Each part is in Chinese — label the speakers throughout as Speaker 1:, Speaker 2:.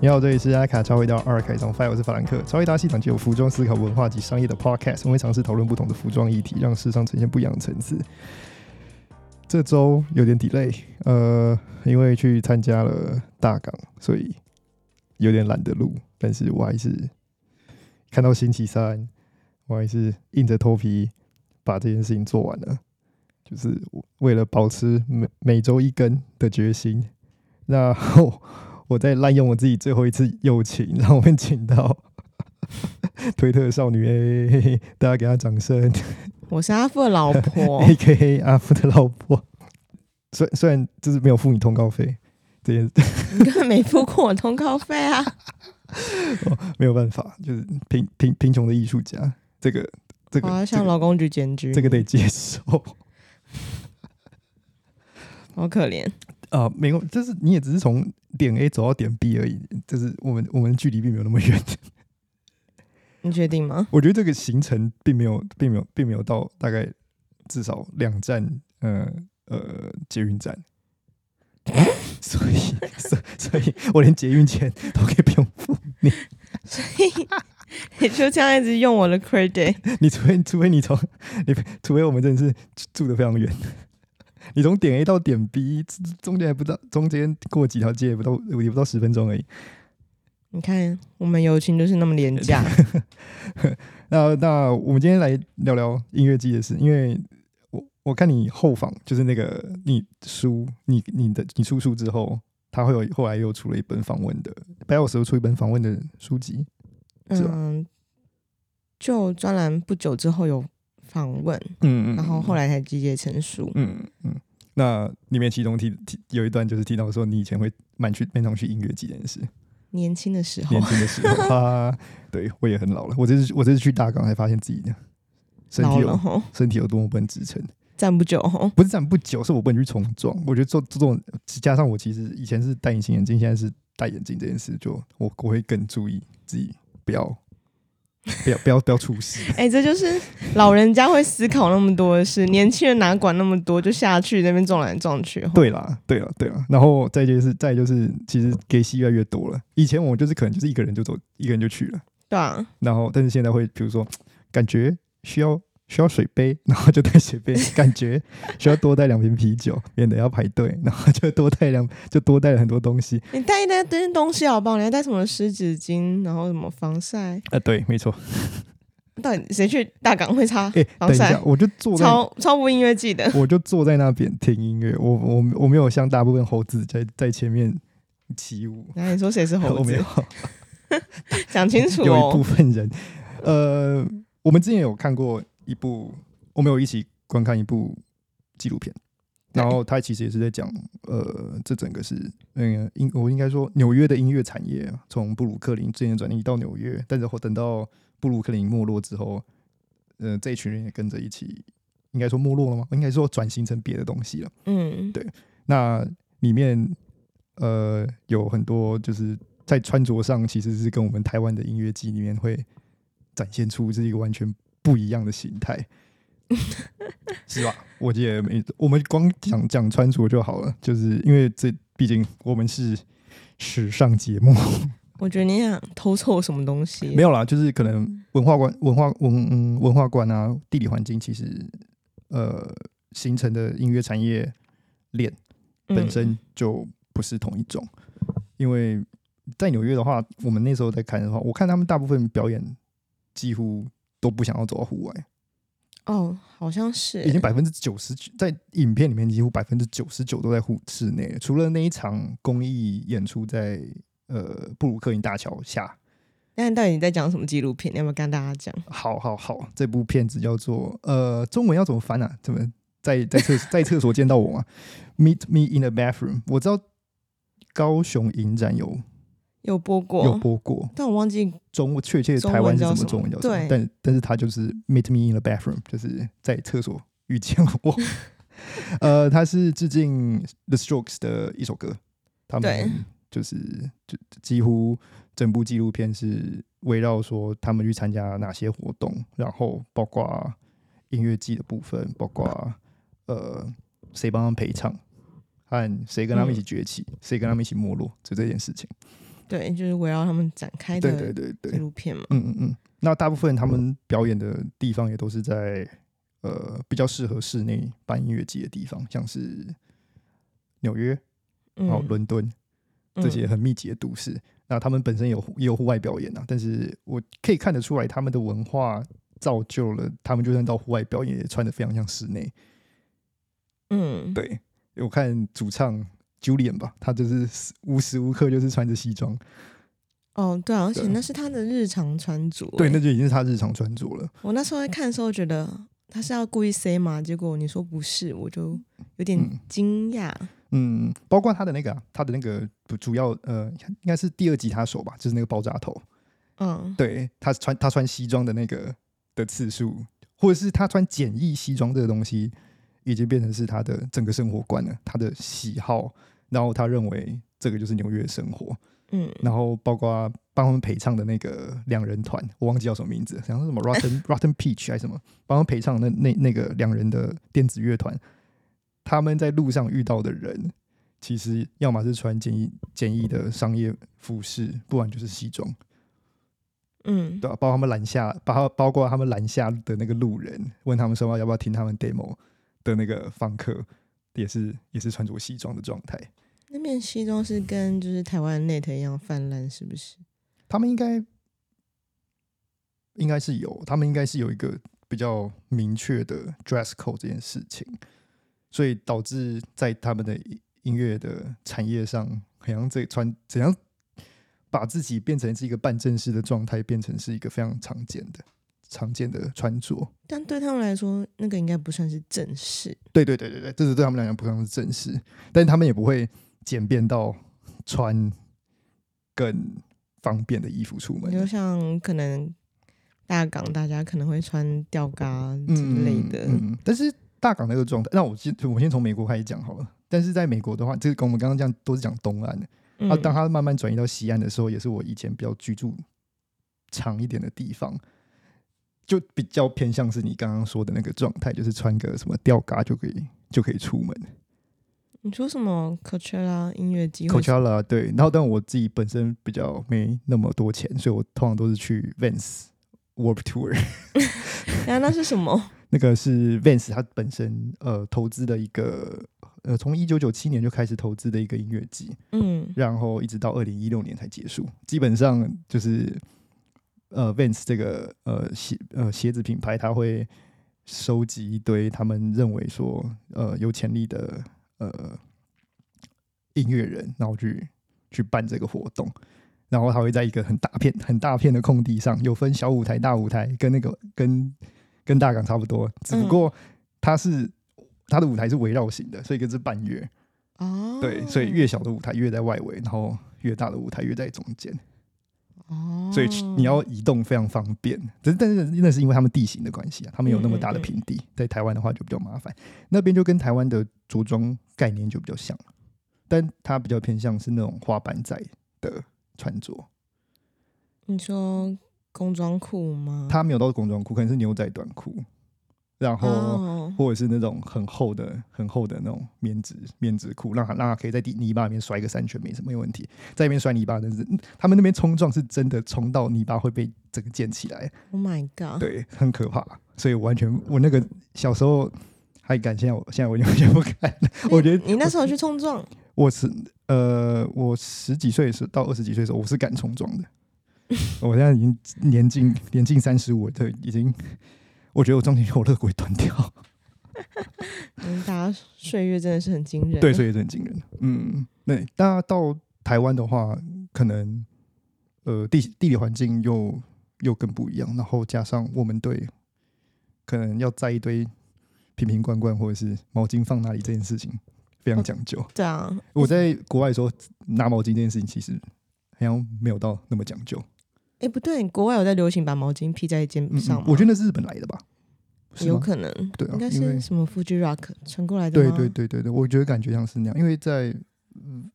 Speaker 1: 你好，这里是阿卡超回到二开场 Five，我是法兰克。超回答系统具有服装思考、文化及商业的 Podcast，我们会尝试讨论不同的服装议题，让时尚呈现不一样的层次。这周有点 delay，呃，因为去参加了大港，所以有点懒得录，但是我还是看到星期三，我还是硬着头皮把这件事情做完了，就是为了保持每每周一更的决心。那后我在滥用我自己最后一次友情，让我们请到 推特少女 A，嘿 嘿大家给她掌声。
Speaker 2: 我是阿富的老 婆，
Speaker 1: A K A 阿福的老婆。虽虽然就是没有付你通告费，这件事
Speaker 2: 你根本没付过我通告费啊！
Speaker 1: 没有办法，就是贫贫贫穷的艺术家，这个 这个
Speaker 2: 我要
Speaker 1: 这
Speaker 2: 啊向
Speaker 1: 个
Speaker 2: 劳工局检举，
Speaker 1: 这个得接受
Speaker 2: 好可怜。
Speaker 1: 啊、没有，就是你也只是从点 A 走到点 B 而已，就是我们我们距离并没有那么远。
Speaker 2: 你确定吗？
Speaker 1: 我觉得这个行程并没有并没有并没有到大概至少两站，呃呃捷运站。 所以，所所以，我连捷运钱都可以不用付。
Speaker 2: 你就这样一直用我的 credit，
Speaker 1: 你除非除非你从你除非我们真的是住的非常远，你从点 A 到点 B 中间还不到中间过几条街也不到也不到十分钟而已。
Speaker 2: 你看我们友情就是那么廉 价。
Speaker 1: 那那我们今天来聊聊音乐季的事，因为我我看你后访就是那个你书，你你的你出书之后，他会有后来又出了一本访问的，白有时候出一本访问的书籍，是啊吧
Speaker 2: 嗯，就专栏不久之后有访问，
Speaker 1: 嗯
Speaker 2: 然后后来才集结成书。
Speaker 1: 嗯嗯，那里面其中提提有一段就是提到说你以前会蛮去蛮常去音乐季这件事，
Speaker 2: 哦年轻的时候
Speaker 1: 年，轻的时候 啊，对我也很老了，我这次我这次去大港才发现自己身
Speaker 2: 老
Speaker 1: 体
Speaker 2: 了
Speaker 1: 有
Speaker 2: 吼，
Speaker 1: 身体有多么不能支撑。
Speaker 2: 站不久吼。
Speaker 1: 不是站不久，是我不能去冲撞。我觉得做这种，加上我其实以前是戴隐形眼镜，现在是戴眼镜这件事，就我我会更注意自己，不要不要不要不要出 事。
Speaker 2: 哎、这就是老人家会思考那么多的事，年轻人哪管那么多，就下去那边撞来撞去吼。
Speaker 1: 对啦，对啦，对啦。然后再就是再就是，其实 gay 戏越来越多了。以前我就是可能就是一个人就走，一个人就去了。
Speaker 2: 对啊，
Speaker 1: 然后但是现在会，比如说感觉需要需要水杯，然后就带水杯；感觉需要多带两瓶啤酒，免得要排队，然后就多带两就多带了很多东西。
Speaker 2: 你带一堆东西好不好？你还带什么湿纸巾，然后什么防晒？
Speaker 1: 啊、对，没错。
Speaker 2: 到底谁去大港会擦
Speaker 1: 哎、
Speaker 2: 防
Speaker 1: 等一
Speaker 2: 晒
Speaker 1: 下，我就坐在，
Speaker 2: 超超不音乐季的？
Speaker 1: 我就坐在那边听音乐。我我我没有像大部分猴子在在前面起舞，
Speaker 2: 然后你说谁是猴
Speaker 1: 我没
Speaker 2: 子
Speaker 1: 有？，
Speaker 2: 讲清楚
Speaker 1: 有一部
Speaker 2: 哦。
Speaker 1: 分人。呃，我们之前有看过一部，我们有一起观看一部纪录片，
Speaker 2: 对
Speaker 1: 然后它其实也是在讲，呃，这整个是，嗯，应我应该说纽约的音乐产业从布鲁克林渐渐转移到纽约，但是后等到布鲁克林没落之后，呃，这一群人也跟着一起，应该说没落了吗？应该说转型成别的东西了。
Speaker 2: 嗯，
Speaker 1: 对那里面呃有很多就是在穿着上其实是跟我们台湾的音乐季里面会展现出这一个完全不一样的形态，是吧？我记得没，我们光讲讲穿着就好了，就是因为这毕竟我们是时尚节目，
Speaker 2: 我觉得你想偷凑什么东西？
Speaker 1: 没有啦，就是可能文化观、文化文嗯文化观啊，地理环境其实呃形成的音乐产业链
Speaker 2: 嗯
Speaker 1: 本身就不是同一种。因为在纽约的话，我们那时候在看的话，我看他们大部分表演几乎都不想要走到户外，
Speaker 2: 哦，好像是
Speaker 1: 已经百分之九十在影片里面几乎百分之九十九都在户室内了，除了那一场公益演出在呃布鲁克林大桥下。
Speaker 2: 那你到底你在讲什么纪录片？你要不要跟大家讲？
Speaker 1: 好好好，这部片子叫做呃中文要怎么翻啊？怎么在在厕在厕所见到我吗？Meet me in the bathroom。我知道高雄影展有
Speaker 2: 有播
Speaker 1: 有
Speaker 2: 过，
Speaker 1: 播过，
Speaker 2: 但我忘记
Speaker 1: 中文确切台湾是怎么中
Speaker 2: 中
Speaker 1: 文
Speaker 2: 文
Speaker 1: 叫什
Speaker 2: 叫什么
Speaker 1: 么，
Speaker 2: 对
Speaker 1: 但但是它就是 Meet Me in the Bathroom，就是在厕所遇见 我。呃，它是致敬 The Strokes 的一首歌，他
Speaker 2: 对
Speaker 1: 们就是就几乎整部纪录片是围绕说他们去参加哪些活动，然后包括音乐季的部分，包括呃谁嗯帮他们陪唱，和谁跟他们一起崛起，谁跟他们一起没落，就这件事情。
Speaker 2: 对，就是围绕他们展开
Speaker 1: 对对
Speaker 2: 的
Speaker 1: 对对
Speaker 2: 纪，录片嘛。
Speaker 1: 嗯嗯嗯。那大部分他们表演的地方也都是在呃比较适合室内办音乐节的地方，像是纽约、
Speaker 2: 嗯
Speaker 1: 还有伦敦这些很密集的都市。那他们本身有户也有户外表演啊，但是我可以看得出来，他们的文化造就了他们，就算到户外表演也穿的非常像室内。
Speaker 2: 嗯，嗯
Speaker 1: 对，我看主唱 Julian 吧，他就是无时无刻就是穿着西装，
Speaker 2: 哦，对啊，而且
Speaker 1: 对
Speaker 2: 那是他的日常穿着。
Speaker 1: 对，
Speaker 2: 欸
Speaker 1: 那就已经是他日常穿着了。
Speaker 2: 我那时候在看的时候觉得他是要故意塞嘛，结果你说不是，我就有
Speaker 1: 嗯
Speaker 2: 点惊讶。
Speaker 1: 嗯，包括他的那个、啊，他的那个主主要呃，应该是第二吉他手吧，就是那个爆炸头。
Speaker 2: 嗯，
Speaker 1: 对他穿他穿西装的那个的次数，或者是他穿简易西装这个东西，已经变成是他的整个生活观了，他的喜好。然后他认为这个就是纽约生活。
Speaker 2: 嗯，
Speaker 1: 然后包括帮他们陪唱的那个两人团，我忘记叫什么名字，好像是什么 Rotten Rotten Peach 还是什么，帮他们陪唱的那那那个两人的电子乐团，他们在路上遇到的人，其实要么是穿简易简易的商业服饰，不然就是西装，
Speaker 2: 嗯，
Speaker 1: 对吧、啊包括他们拦下，包包括他们拦下的那个路人，问他们说要不要听他们 demo 的那个访客，也是也是穿着西装的状态。
Speaker 2: 那面西装是跟就是台湾的 net 一样泛滥，是不是？
Speaker 1: 他们应该应该是有，他们应该是有一个比较明确的 dress code 这件事情，所以导致在他们的音乐的产业上，好像这穿怎样把自己变成是一个半正式的状态，变成是一个非常常见的常见的穿着。
Speaker 2: 但对他们来说，那个应该不算是正式。
Speaker 1: 对对对对对，这是对他们来讲不像是正式，但是他们也不会简便到穿更方便的衣服出门。
Speaker 2: 就像可能大港大家可能会穿吊嘎之类的。
Speaker 1: 嗯嗯但是大港那个状态，那我先我先从美国开始讲好了。但是在美国的话，这个跟我们刚刚讲都是讲东岸的。
Speaker 2: 嗯
Speaker 1: 那、啊当它慢慢转移到西岸的时候，也是我以前比较居住长一点的地方，就比较偏向是你刚刚说的那个状态，就是穿个什么吊嘎就可以就可以出门。
Speaker 2: 你说什么 Coachella 音乐机会
Speaker 1: Coachella 对，然后但我自己本身比较没那么多钱，所以我通常都是去 Vans Warp Tour。
Speaker 2: 啊，那是什么？
Speaker 1: 那个是 Vans 他本身呃投资的一个呃，从一九九七年就开始投资的一个音乐季，
Speaker 2: 嗯
Speaker 1: 然后一直到二零一六年才结束。基本上就是呃 Vans 这个呃鞋呃鞋子品牌，它会收集一堆他们认为说呃有潜力的呃音乐人，然后去去办这个活动。然后他会在一个很大片、很大片的空地上，有分小舞台、大舞台，跟那个跟跟大港差不多，只不过它是它的舞台是围绕型的，所以一个是半月，
Speaker 2: 哦，
Speaker 1: 对，所以越小的舞台越在外围，然后越大的舞台越在中间，
Speaker 2: 哦，
Speaker 1: 所以你要移动非常方便。只是但是那是因为他们地形的关系啊，他们有那么大的平地，在台湾的话就比较麻烦。那边就跟台湾的着装概念就比较像，但它比较偏向是那种花板仔的穿着，
Speaker 2: 你说工装裤吗？
Speaker 1: 它没有到工装裤，可能是牛仔短裤，然后。
Speaker 2: 哦，
Speaker 1: 或者是那种很厚的、很厚的那种棉质棉质裤，让他让他可以在地泥巴里面摔个三圈没什么问题，在那边摔泥巴真是，他们那边冲撞是真的冲到泥巴会被整个溅起来，
Speaker 2: Oh my god！
Speaker 1: 对，很可怕。所以我完全我那个小时候还敢，现在我现在我完全不敢。我觉得
Speaker 2: 你那时候去冲撞，
Speaker 1: 我是呃，我十几岁的时候到二十几岁的时候，我是敢冲撞的。 我现在已经年近年近三十五，对，已经我觉得我中间有肋骨会断掉。
Speaker 2: 嗯，大家岁月真的是很惊人。
Speaker 1: 对，所以是很惊人。嗯，对。那到台湾的话，可能呃地地理环境又又更不一样，然后加上我们对可能要在一堆瓶瓶罐罐或者是毛巾放哪里这件事情非
Speaker 2: 哦
Speaker 1: 常讲究。
Speaker 2: 对啊，
Speaker 1: 我在国外的时候拿毛巾这件事情，其实好像没有到那么讲究。
Speaker 2: 哎，不对，国外有在流行把毛巾披在肩
Speaker 1: 嗯
Speaker 2: 上
Speaker 1: 嗯
Speaker 2: 吗？，
Speaker 1: 我觉得那是日本来的吧？是
Speaker 2: 有
Speaker 1: 吗？
Speaker 2: 可能，
Speaker 1: 对啊
Speaker 2: 应该
Speaker 1: 因为
Speaker 2: 是什么 Fuji Rock 传过来的
Speaker 1: 对
Speaker 2: 吗
Speaker 1: 对对对对，我觉得感觉像是那样，因为在嗯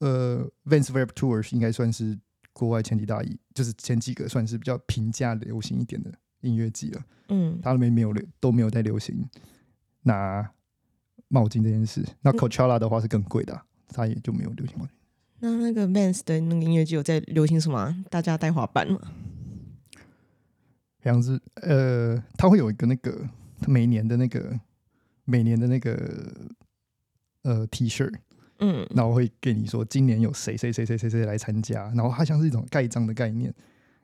Speaker 1: 呃 Vans Rap Tours 应该算是国外前几大一，就是前几个算是比较平价流行一点的音乐季了。
Speaker 2: 嗯，
Speaker 1: 他们没有流都没有在流行拿毛巾这件事。那
Speaker 2: 嗯
Speaker 1: Coachella 的话是更贵的啊、他也就没有流行毛巾。
Speaker 2: 那那个 Vans 的那个音乐季有在流行什么啊？大家带滑板吗？
Speaker 1: 像是呃，它会有一个那个它每年的那个每年的那个呃 T 恤，
Speaker 2: 嗯，
Speaker 1: 然后会给你说今年有谁谁谁谁谁谁来参加，然后它像是一种盖章的概念，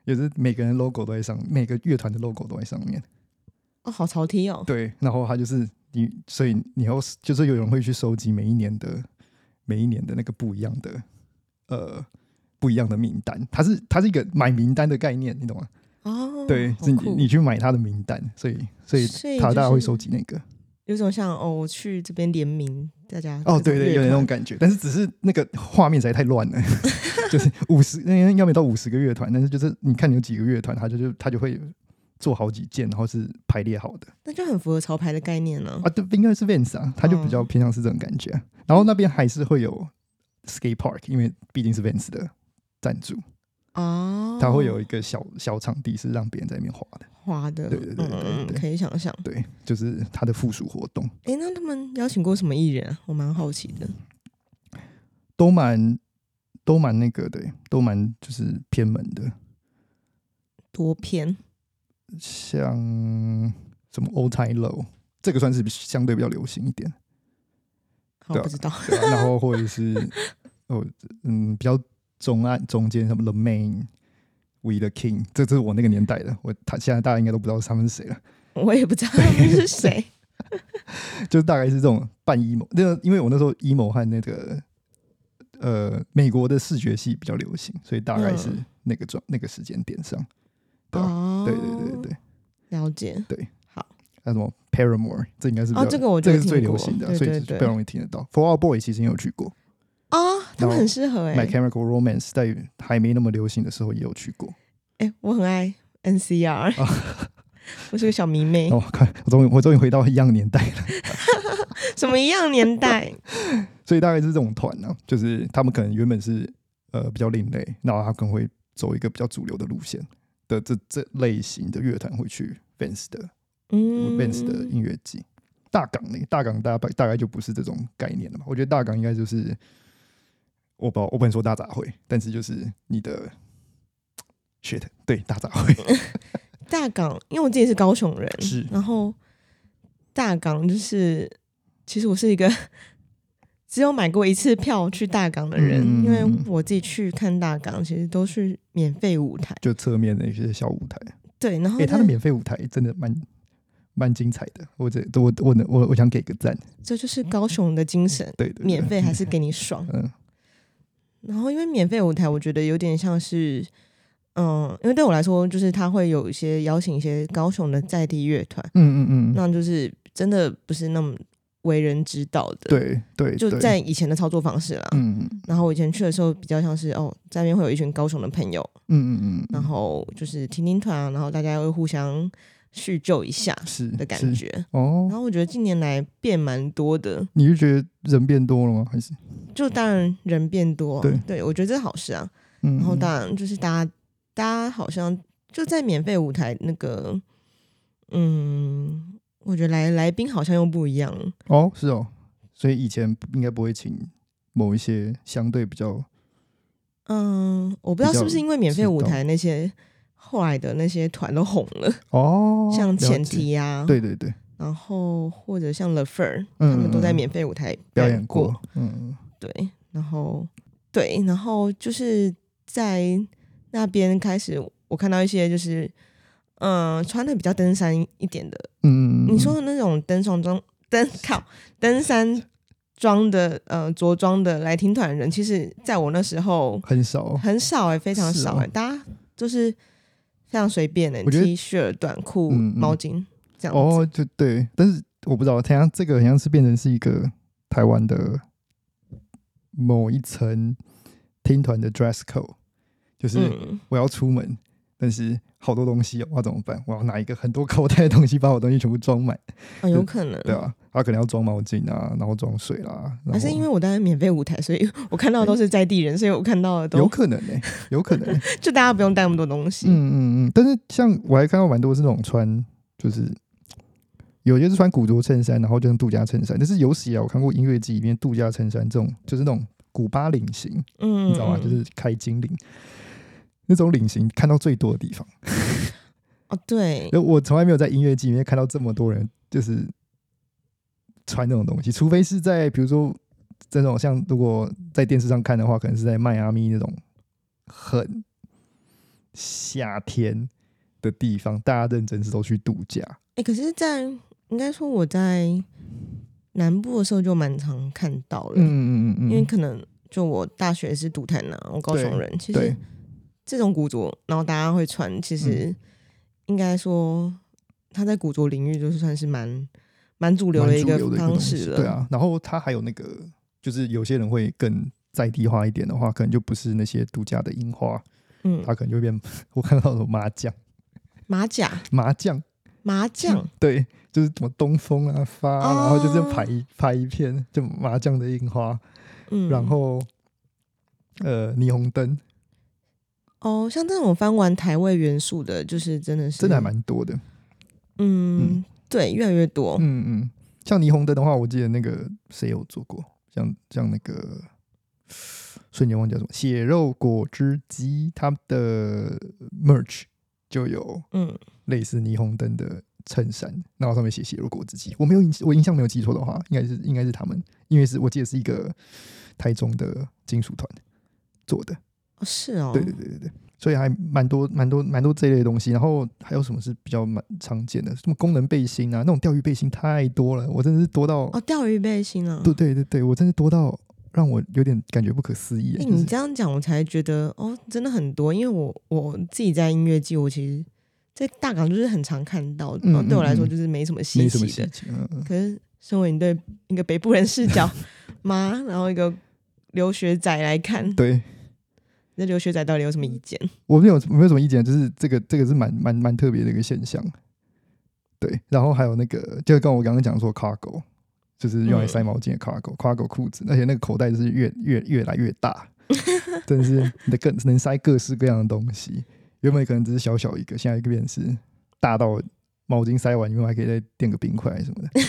Speaker 1: 也是每个人 logo 都在上，每个乐团的 logo 都在上面。
Speaker 2: 哦，好潮 T 哦，
Speaker 1: 对，然后它就是你，所以你要就是有人会去收集每一年的每一年的那个不一样的呃不一样的名单，它是它是一个买名单的概念，你懂吗？
Speaker 2: 哦，
Speaker 1: 对，
Speaker 2: 好
Speaker 1: 是你
Speaker 2: 酷
Speaker 1: 你去买它的名单，所以所以
Speaker 2: 所以
Speaker 1: 他
Speaker 2: 就
Speaker 1: 大家会
Speaker 2: 是
Speaker 1: 收集那个。
Speaker 2: 有种像哦，我去这边联名，大家
Speaker 1: 哦，
Speaker 2: 各
Speaker 1: 对
Speaker 2: 种
Speaker 1: 对，
Speaker 2: 乐
Speaker 1: 有点那种
Speaker 2: 团
Speaker 1: 感觉，但是只是那个画面实在太乱 了，就是五十，那要没到五十个乐团，但是就是你看你有几个乐团，他就就他就会做好几件，然后是排列好的
Speaker 2: 那就很符合潮牌的概念呢、
Speaker 1: 啊，对，应该是 Vans 啊，他就比较
Speaker 2: 嗯
Speaker 1: 偏向是这种感觉，然后那边还是会有 skate park，因为毕竟是 Vans 的赞助，
Speaker 2: 哦，
Speaker 1: 他啊会有一个小小场地是让别人在里面滑的，
Speaker 2: 滑的，
Speaker 1: 对对对对
Speaker 2: 嗯嗯
Speaker 1: 对
Speaker 2: 可以想象。
Speaker 1: 对，就是他的附属活动。
Speaker 2: 哎，那他们邀请过什么艺人啊？我蛮好奇的。
Speaker 1: 都蛮都蛮那个的，都蛮就是偏门的，
Speaker 2: 多偏
Speaker 1: 像什么 Old Time Low，这个算是相对比较流行一点，
Speaker 2: 好
Speaker 1: 对啊
Speaker 2: 不知道，
Speaker 1: 对吧、然后或者是哦嗯比较中岸中间什么 The Main。We the King，这这是我那个年代的，我他现在大家应该都不知道他们是谁了，
Speaker 2: 我也不知道他们是谁。
Speaker 1: 就是大概是这种半 emo，那个因为我那时候 emo 和那个呃美国的视觉系比较流行，所以大概是
Speaker 2: 嗯
Speaker 1: 那个状那个时间点上， 对啊
Speaker 2: 哦，
Speaker 1: 对对对对对，
Speaker 2: 了解。
Speaker 1: 还有什么 Paramore，这应该是比较
Speaker 2: 哦这个我就
Speaker 1: 这个是最
Speaker 2: 听
Speaker 1: 流
Speaker 2: 过
Speaker 1: 行的，
Speaker 2: 对
Speaker 1: 所
Speaker 2: 对
Speaker 1: 以
Speaker 2: 对
Speaker 1: 比较容易听得到。For Out Boy 其实也有去过、
Speaker 2: 哦，他
Speaker 1: 然后
Speaker 2: 们很适合哎、
Speaker 1: m y Chemical Romance 在还没那么流行的时候也有去过。
Speaker 2: 哎、我很爱 NCR，、我是个小迷妹，
Speaker 1: 哦，看我终于我终于回到一样年代了，
Speaker 2: 什么一样年 代？
Speaker 1: 所以大概是这种团呢、啊，就是他们可能原本是呃比较另类，然后他可能会走一个比较主流的路线的这这类型的乐团会去 Vans 的、
Speaker 2: 嗯
Speaker 1: Vans 的音乐季。大港那大港大概大概就不是这种概念了嘛，我觉得大港应该就是我不知道我不能说大杂烩，但是就是你的 shit 对大杂烩
Speaker 2: 大港，因为我自己是高雄人，
Speaker 1: 是
Speaker 2: 然后大港就是，其实我是一个 只有买过一次票去大港的人，
Speaker 1: 嗯
Speaker 2: 因为我自己去看大港，其实都是免费舞台，
Speaker 1: 就侧面的一些小舞台，
Speaker 2: 对，然后
Speaker 1: 诶，他的
Speaker 2: 那
Speaker 1: 免费舞台真的蛮蛮精彩的，我这我我能我我想给个赞，
Speaker 2: 这就是高雄的精神，
Speaker 1: 对对对
Speaker 2: 免费还是给你爽。
Speaker 1: 嗯
Speaker 2: 然后因为免费舞台，我觉得有点像是，嗯，因为对我来说，就是他会有一些邀请一些高雄的在地乐团，
Speaker 1: 嗯嗯嗯，
Speaker 2: 那就是真的不是那么为人知道的，，
Speaker 1: 对对，
Speaker 2: 就
Speaker 1: 对
Speaker 2: 在以前的操作方式啦。
Speaker 1: 嗯嗯
Speaker 2: 然后我以前去的时候，比较像是哦，在那边会有一群高雄的朋友，
Speaker 1: 嗯嗯，
Speaker 2: 然后就是听听团啊，然后大家会互相叙旧一下
Speaker 1: 是
Speaker 2: 的感
Speaker 1: 是
Speaker 2: 觉。然
Speaker 1: 哦，
Speaker 2: 后我觉得近年来变蛮多的，
Speaker 1: 你是觉得人变多了吗？还是
Speaker 2: 就当然人变多，
Speaker 1: 对
Speaker 2: 我觉得这是好事啊。
Speaker 1: 嗯，
Speaker 2: 然后
Speaker 1: 大
Speaker 2: 当然就是大家，大家好像就在免费舞台那个，嗯，我觉得来来宾好像又不一样了，
Speaker 1: 哦，是哦，所以以前不应该不会请某一些相对比较
Speaker 2: 嗯，我不知道
Speaker 1: 比较
Speaker 2: 是不是因为免费
Speaker 1: 知
Speaker 2: 舞
Speaker 1: 道
Speaker 2: 台那些后来的那些团都红了，
Speaker 1: 哦，
Speaker 2: 像
Speaker 1: 了解
Speaker 2: 前，提啊，
Speaker 1: 对对对，
Speaker 2: 然后或者像 The Fur，他
Speaker 1: 嗯
Speaker 2: 们都在
Speaker 1: 嗯嗯
Speaker 2: 免费舞台
Speaker 1: 表
Speaker 2: 演
Speaker 1: 演过，嗯，
Speaker 2: 对，然后对，然后就是在那边开始，我看到一些就是，嗯、穿的比较登山一点的，
Speaker 1: 嗯嗯，
Speaker 2: 你说的那种登山装登靠登山装的呃着装的来听团的人，其实在我那时候
Speaker 1: 很少，
Speaker 2: 很少哎、非常
Speaker 1: 哦是
Speaker 2: 少
Speaker 1: 哦
Speaker 2: 哎、大家就是非常随便的、欸
Speaker 1: 我觉得
Speaker 2: T 恤、短裤、
Speaker 1: 嗯嗯
Speaker 2: 毛巾这样子。
Speaker 1: 哦，就对，但是我不知道，好像这个好像是变成是一个台湾的某一层听团的 dress code，就是
Speaker 2: 嗯，
Speaker 1: 我要出门，但是好多东西哦，我要怎么办？我要拿一个很多口袋的东西把我东西全部装满，
Speaker 2: 啊有可能，
Speaker 1: 对啊，他可能要装毛巾啊，然后装水啦，然
Speaker 2: 还
Speaker 1: 后哎
Speaker 2: 是因为我当然免费舞台，所以我看到的都是在地人，所以我看到的
Speaker 1: 有
Speaker 2: 都
Speaker 1: 可能呢、有可能欸、
Speaker 2: 就大家不用带那么多东西。
Speaker 1: 嗯嗯嗯，但是像我还看到蛮多是那种穿，就是有些是穿古着衬衫，然后就是度假衬衫。但是有史以来我看过音乐季里面度假衬衫这种，就是那种古巴领型，
Speaker 2: 嗯，
Speaker 1: 你知道吗？就是开金领那种领型，看到最多的地方。
Speaker 2: 哦，对，
Speaker 1: 就我从来没有在音乐季里面看到这么多人，就是穿那种东西，除非是在比如说这种像如果在电视上看的话，可能是在迈阿密那种很夏天的地方，大家认真是都去度假。
Speaker 2: 哎、可是在，应该说我在南部的时候就蛮常看到了，
Speaker 1: 嗯嗯嗯
Speaker 2: 因为可能就我大学是读台南，我高雄人，其
Speaker 1: 对
Speaker 2: 实这种古着，然后大家会穿，其
Speaker 1: 嗯
Speaker 2: 实应该说他在古着领域就是算是蛮蛮主流
Speaker 1: 蛮
Speaker 2: 的一
Speaker 1: 主
Speaker 2: 个
Speaker 1: 流的一个
Speaker 2: 方
Speaker 1: 东西
Speaker 2: 式了，
Speaker 1: 对啊，然后它还有那个，就是有些人会更在地化一点的话，可能就不是那些度假的樱花，
Speaker 2: 嗯，
Speaker 1: 它可能就会变。 我看到有麻将，
Speaker 2: 马甲
Speaker 1: 麻将，
Speaker 2: 麻 将，
Speaker 1: 嗯对，就是什么东风啊发啊，然后就这样
Speaker 2: 哦
Speaker 1: 排一排一片，就麻将的樱花，
Speaker 2: 嗯，
Speaker 1: 然后呃霓虹灯，
Speaker 2: 哦，像这种翻完台位元素的，就是真的是
Speaker 1: 真的还蛮多的。
Speaker 2: 嗯，
Speaker 1: 嗯
Speaker 2: 对，越来越多，
Speaker 1: 嗯嗯，像霓虹灯的话，我记得那个谁有做过，像像那个瞬间忘记叫什么血肉果汁机，他们的 merch 就有
Speaker 2: 嗯
Speaker 1: 类似霓虹灯的衬衫，然后上面写血肉果汁机。我没有印，我印象没有记错的话，应该是应该是他们，因为是我记得是一个台中的金属团做的。
Speaker 2: 哦是哦，
Speaker 1: 对对对对对，所以还蛮多蛮多蛮多这一类的东西。然后还有什么是比较蛮常见的？什么功能背心啊，那种钓鱼背心太多了，我真的是多到，
Speaker 2: 哦，钓鱼背心啊，
Speaker 1: 对对对对，我真的多到让我有点感觉不可思议。
Speaker 2: 哎、
Speaker 1: 就是
Speaker 2: 你这样讲，我才觉得哦，真的很多。因为我我自己在音乐季，我其实，在大港就是很常看到，
Speaker 1: 嗯
Speaker 2: 然后对我来说
Speaker 1: 嗯嗯
Speaker 2: 就是没什么稀
Speaker 1: 没什么
Speaker 2: 奇
Speaker 1: 稀
Speaker 2: 的。
Speaker 1: 奇，嗯嗯，
Speaker 2: 可是，身为你对一个北部人视角 妈，然后一个留学仔来看，
Speaker 1: 对。
Speaker 2: 那留学仔到底有什么意见？
Speaker 1: 我没有我没有什么意见，就是这个这个是蛮蛮蛮特别的一个现象。对，然后还有那个，就跟我刚刚讲说，cargo 就是用来塞毛巾的 cargo，cargo、裤子，而且那个口袋就是越越越来越大，真的是你的更能塞各式各样的东西。原本可能只是小小一个，现在变成是大到毛巾塞完，里面还可以再垫个冰块什么的。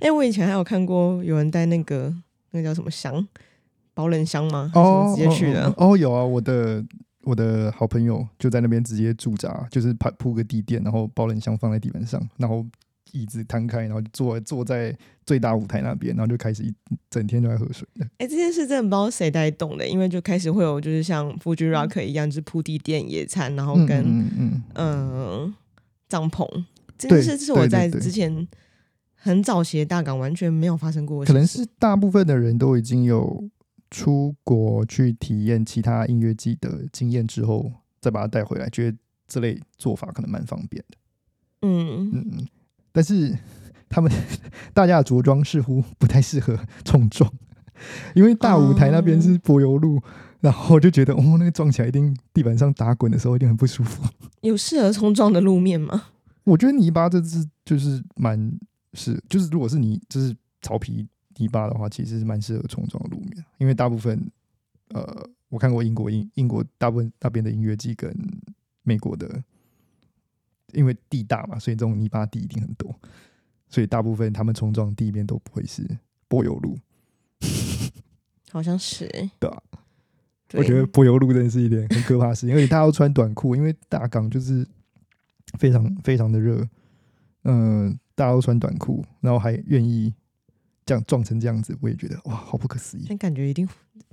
Speaker 2: 哎、我以前还有看过有人带那个那个叫什么箱，保冷箱吗？
Speaker 1: 哦，
Speaker 2: 还是什么直接去的。
Speaker 1: 哦哦哦有啊，我的我的好朋友就在那边直接驻扎，就是铺铺个地垫，然后保冷箱放在地板上，然后椅子摊开，然后就坐坐在最大舞台那边，然后就开始一整天都在喝水。
Speaker 2: 哎、这件事真的不知道谁带动的，因为就开始会有就是像 Fuji Rock 一样，就是铺地垫野餐，然后
Speaker 1: 嗯
Speaker 2: 跟
Speaker 1: 嗯嗯
Speaker 2: 嗯，帐篷这
Speaker 1: 对
Speaker 2: 件事，这是我
Speaker 1: 对对
Speaker 2: 在
Speaker 1: 对
Speaker 2: 之前很早期的大港完全没有发生过
Speaker 1: 嗯，
Speaker 2: 的
Speaker 1: 可
Speaker 2: 事情。
Speaker 1: 能是大部分的人都已经有出国去体验其他音乐季的经验之后，再把它带回来，觉得这类做法可能蛮方便的。
Speaker 2: 嗯，
Speaker 1: 嗯，嗯，但是 他们大家的着装似乎不太适合冲撞， 因为大舞台那边是柏油路，然后我就觉得哦，那个撞起来一定地板上打滚的时候一定很不舒服。
Speaker 2: 有适合冲撞的路面吗？
Speaker 1: 我觉得泥巴这是就是蛮是，就是如果是泥就是草皮泥巴的话，其实是蛮适合冲撞的路面，因为大部分呃，我看过英国英英国大部分那边的音乐季跟美国的，因为地大嘛，所以这种泥巴地一定很多，所以大部分他们冲撞地面都不会是柏油路。
Speaker 2: 好像是、欸。
Speaker 1: 对啊
Speaker 2: 对，
Speaker 1: 我觉得柏油路真的是一件很可怕的事情，而且大家要穿短裤，因为大港就是非常非常的热，嗯、大家都穿短裤，然后还愿意这样撞成这样子，我也觉得哇，好不可思议
Speaker 2: 但感觉一定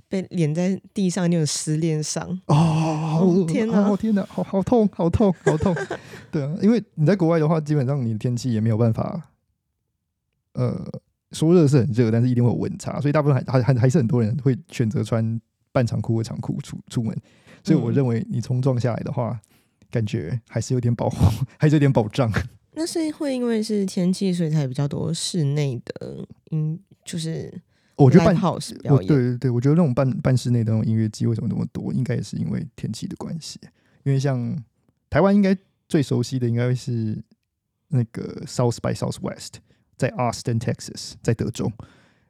Speaker 2: 被脸在地上，一定有撕裂伤。
Speaker 1: 哦！好
Speaker 2: 哦
Speaker 1: 恶
Speaker 2: 天哪
Speaker 1: 哦天哪，好好痛，好痛，好痛！对啊，因为你在国外的话，基本上你的天气也没有办法，呃，说热是很热，但是一定会有温差，所以大部分还还 还还是很多人会选择穿半长裤或长裤出出门。所以我
Speaker 2: 嗯
Speaker 1: 认为你冲撞下来的话，感觉还是有点保护， 还是有点保障。
Speaker 2: 那是会因为是天气，所以才比较多室内的音，就是
Speaker 1: 我觉得
Speaker 2: live
Speaker 1: 办
Speaker 2: house 表
Speaker 1: 我对
Speaker 2: 演。
Speaker 1: 对对，我觉得那种办办室内的那种音乐季为什么那么多，应该也是因为天气的关系。因为像台湾应该最熟悉的应该是那个 South by Southwest，在 Austin Texas，在德州，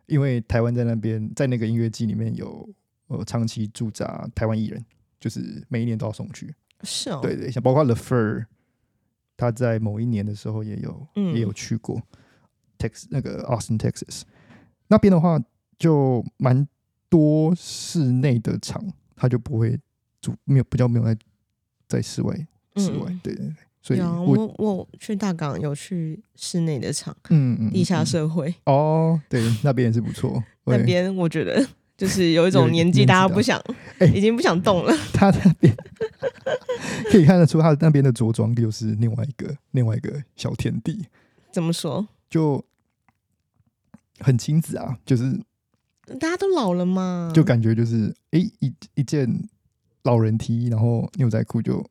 Speaker 1: 因为台湾在那边在那个音乐季里面有呃长期驻扎台湾艺人，就是每一年都要送去。
Speaker 2: 是哦，
Speaker 1: 对对，像包括 The Fur，他在某一年的时候也有、
Speaker 2: 嗯
Speaker 1: 也有去过 Tex 那个 Austin Texas 那边的话，就蛮多室内的场，它就不会主没有比较没有在在室外室外，
Speaker 2: 嗯
Speaker 1: 对对对，所以
Speaker 2: 有啊，
Speaker 1: 我
Speaker 2: 我我去大港有去室内的场，
Speaker 1: 嗯嗯
Speaker 2: 地下
Speaker 1: 嗯
Speaker 2: 社会、
Speaker 1: 哦，对，那边也是不错，
Speaker 2: 那
Speaker 1: 对
Speaker 2: 边，我觉得就是有一
Speaker 1: 有
Speaker 2: 种年纪
Speaker 1: 年纪
Speaker 2: 大家
Speaker 1: 的
Speaker 2: 不想，
Speaker 1: 哎
Speaker 2: 已经不想动了。
Speaker 1: 他那边 可以看得出他那边的着装又是另外一个另外一个小天地，
Speaker 2: 怎么说？
Speaker 1: 就很亲子啊，就是
Speaker 2: 大家都老了嘛，
Speaker 1: 就感觉就是诶，一一件老人 T，然后牛仔裤就